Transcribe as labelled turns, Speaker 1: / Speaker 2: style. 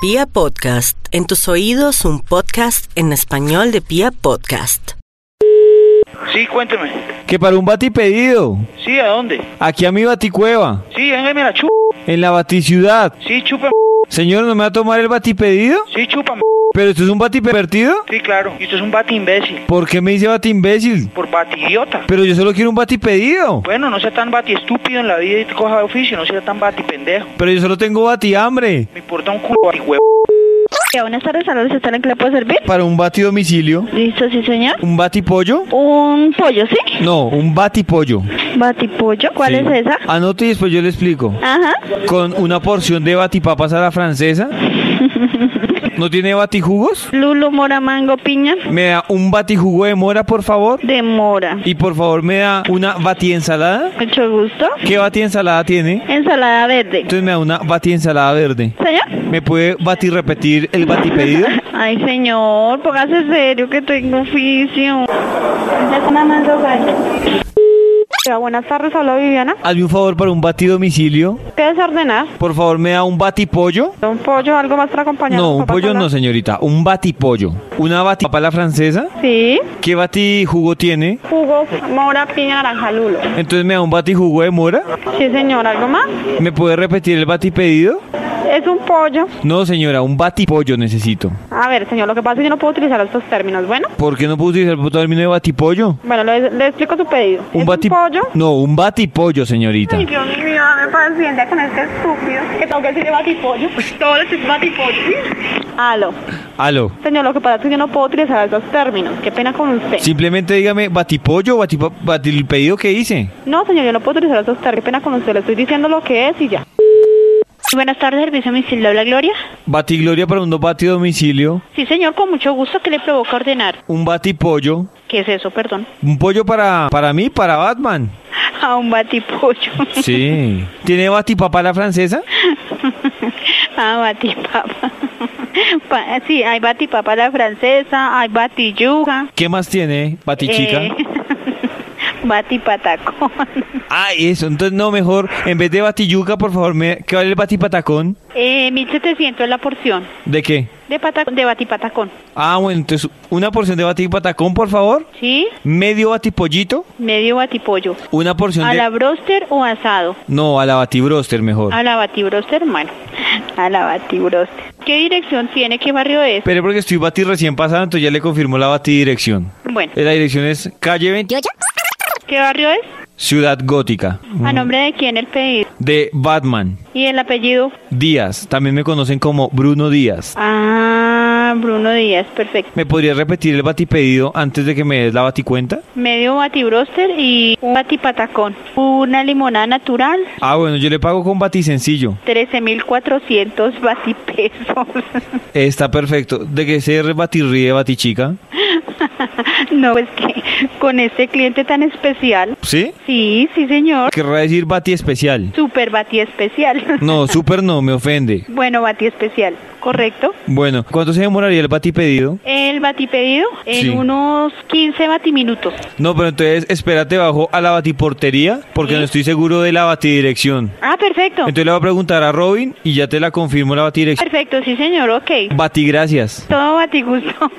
Speaker 1: Pia Podcast, en tus oídos un podcast en español de Pia Podcast.
Speaker 2: Sí, cuénteme.
Speaker 3: Que para un batipedido,
Speaker 2: Sí, ¿a dónde?
Speaker 3: aquí a mi baticueva,
Speaker 2: Sí, véngame la chu.
Speaker 3: en la baticiudad.
Speaker 2: Sí, chúpame.
Speaker 3: Señor, ¿no me va a tomar el batipedido?
Speaker 2: Sí, chúpame.
Speaker 3: ¿Pero esto es un batipervertido?
Speaker 2: Sí, claro. Y usted es un bati imbécil.
Speaker 3: ¿Por qué me dice bati imbécil?
Speaker 2: Por bati idiota.
Speaker 3: Pero yo solo quiero un batipedido.
Speaker 2: Bueno, no sea tan bati estúpido en la vida y coja de oficio. No sea tan bati pendejo.
Speaker 3: Pero yo solo tengo bati hambre.
Speaker 2: Me importa un culo bati huevo.
Speaker 4: Ya, buenas tardes, a los en que le puedo servir.
Speaker 3: ¿Para un bati domicilio?
Speaker 4: Listo, sí, señor.
Speaker 3: ¿Un batipollo?
Speaker 4: Un pollo, ¿sí?
Speaker 3: No, un batipollo.
Speaker 4: Batipollo. ¿Cuál
Speaker 3: Sí.
Speaker 4: es esa?
Speaker 3: Anote y después yo le explico.
Speaker 4: Ajá.
Speaker 3: Con una porción de batipapas a la francesa. ¿No tiene batijugos?
Speaker 4: Lulo, mora, mango, piña.
Speaker 3: ¿Me da un batijugo de mora, por favor?
Speaker 4: De mora.
Speaker 3: Y por favor, ¿me da una batiensalada?
Speaker 4: Mucho gusto.
Speaker 3: ¿Qué bati ensalada tiene?
Speaker 4: Ensalada verde.
Speaker 3: Entonces me da una bati ensalada verde.
Speaker 4: ¿Señor?
Speaker 3: ¿Me puede batir repetir el bati pedido?
Speaker 4: Ay, señor, póngase serio que tengo oficio. Ya, buenas tardes, habla Viviana.
Speaker 3: Hazme un favor para un bati domicilio.
Speaker 4: ¿Qué desordenar?
Speaker 3: Por favor, ¿me da un bati pollo?
Speaker 4: ¿Un pollo algo más para acompañar?
Speaker 3: No, un pollo no, señorita. Un bati pollo. Una bati papa a la francesa.
Speaker 4: Sí.
Speaker 3: ¿Qué bati jugo tiene?
Speaker 4: Jugo, mora, piña, naranja, lulo.
Speaker 3: Entonces me da un bati jugo de mora.
Speaker 4: Sí, señor, ¿algo más?
Speaker 3: ¿Me puede repetir el bati pedido?
Speaker 4: Es un pollo.
Speaker 3: No, señora, un bati pollo necesito.
Speaker 4: A ver, señor, lo que pasa es que yo no puedo utilizar estos términos, ¿bueno?
Speaker 3: ¿Por qué no puedo utilizar el término de bati pollo?
Speaker 4: Bueno, le, le explico su pedido. ¿Es
Speaker 3: bati-
Speaker 4: un pollo?
Speaker 3: No, un bati pollo, señorita.
Speaker 4: Ay, Dios mío, me paciencia con este estúpido. Que tengo que decirle batipollo. Todo es batipollo. Aló.
Speaker 3: Aló.
Speaker 4: Señor, lo que pasa es que yo no puedo utilizar estos términos. Qué pena con usted.
Speaker 3: Simplemente dígame batipollo, batipa- bati- el pedido que hice.
Speaker 4: No, señor, yo no puedo utilizar estos términos. Qué pena con usted. Le estoy diciendo lo que es y ya.
Speaker 5: Buenas tardes, servicio domicilio. ¿Habla Gloria?
Speaker 3: Batigloria para un bati domicilio,
Speaker 5: Sí, señor, con mucho gusto. ¿Qué le provoca ordenar?
Speaker 3: un batipollo,
Speaker 5: ¿Qué es eso, perdón?
Speaker 3: un pollo para, para mí, para Batman.
Speaker 5: A un batipollo.
Speaker 3: Sí. ¿Tiene batipapa la francesa?
Speaker 5: A Ah, batipapa. Pa- sí, hay batipapa la francesa, hay batiyuga.
Speaker 3: ¿Qué más tiene, batichica?
Speaker 5: eh, batipatacón.
Speaker 3: Ah, eso. Entonces, no, mejor, en vez de batiyuca, por favor, me, ¿qué vale el batipatacón?
Speaker 5: Eh, 1700 la porción
Speaker 3: ¿De qué?
Speaker 5: de, pata- de batipatacón.
Speaker 3: Ah, bueno, entonces, una porción de batipatacón, por favor.
Speaker 5: ¿Sí?
Speaker 3: Medio batipollito,
Speaker 5: Medio batipollo.
Speaker 3: una porción
Speaker 5: ¿A
Speaker 3: de...
Speaker 5: la broster o asado?
Speaker 3: No, a la batibroster mejor.
Speaker 5: A la batibroster, hermano. A la batibroster. ¿Qué dirección tiene? ¿Qué barrio es?
Speaker 3: Pero porque estoy bati recién pasado, entonces ya le confirmó la batidirección.
Speaker 5: Bueno,
Speaker 3: Eh, La dirección es calle 20,
Speaker 5: ¿qué barrio es?
Speaker 3: Ciudad Gótica,
Speaker 5: ¿A nombre de quién el pedido?
Speaker 3: de Batman
Speaker 5: ¿Y el apellido?
Speaker 3: Díaz. También me conocen como Bruno Díaz.
Speaker 5: Ah, Bruno Díaz, perfecto.
Speaker 3: ¿Me podría repetir el batipedido antes de que me des la baticuenta?
Speaker 5: Medio batibroster y un batipatacón. Una limonada natural,
Speaker 3: Ah, bueno, yo le pago con bati sencillo.
Speaker 5: 13.400 batipesos.
Speaker 3: Está perfecto. ¿De qué se batirríe batichica?
Speaker 5: no, es que con este cliente tan especial.
Speaker 3: ¿Sí?
Speaker 5: Sí, sí, señor.
Speaker 3: Querrá decir bati especial.
Speaker 5: Super bati especial.
Speaker 3: No, súper no, me ofende.
Speaker 5: bueno, bati especial, correcto.
Speaker 3: Bueno, ¿cuánto se demoraría el batipedido?
Speaker 5: El batipedido en
Speaker 3: Sí.
Speaker 5: unos 15 batiminutos.
Speaker 3: No, pero entonces espérate bajo a la batiportería porque no estoy seguro de la batidirección.
Speaker 5: Ah, perfecto.
Speaker 3: Entonces le voy a preguntar a Robin y ya te la confirmo la batidirección.
Speaker 5: Perfecto, sí, señor, ok.
Speaker 3: Bati, gracias.
Speaker 5: Todo batigusto.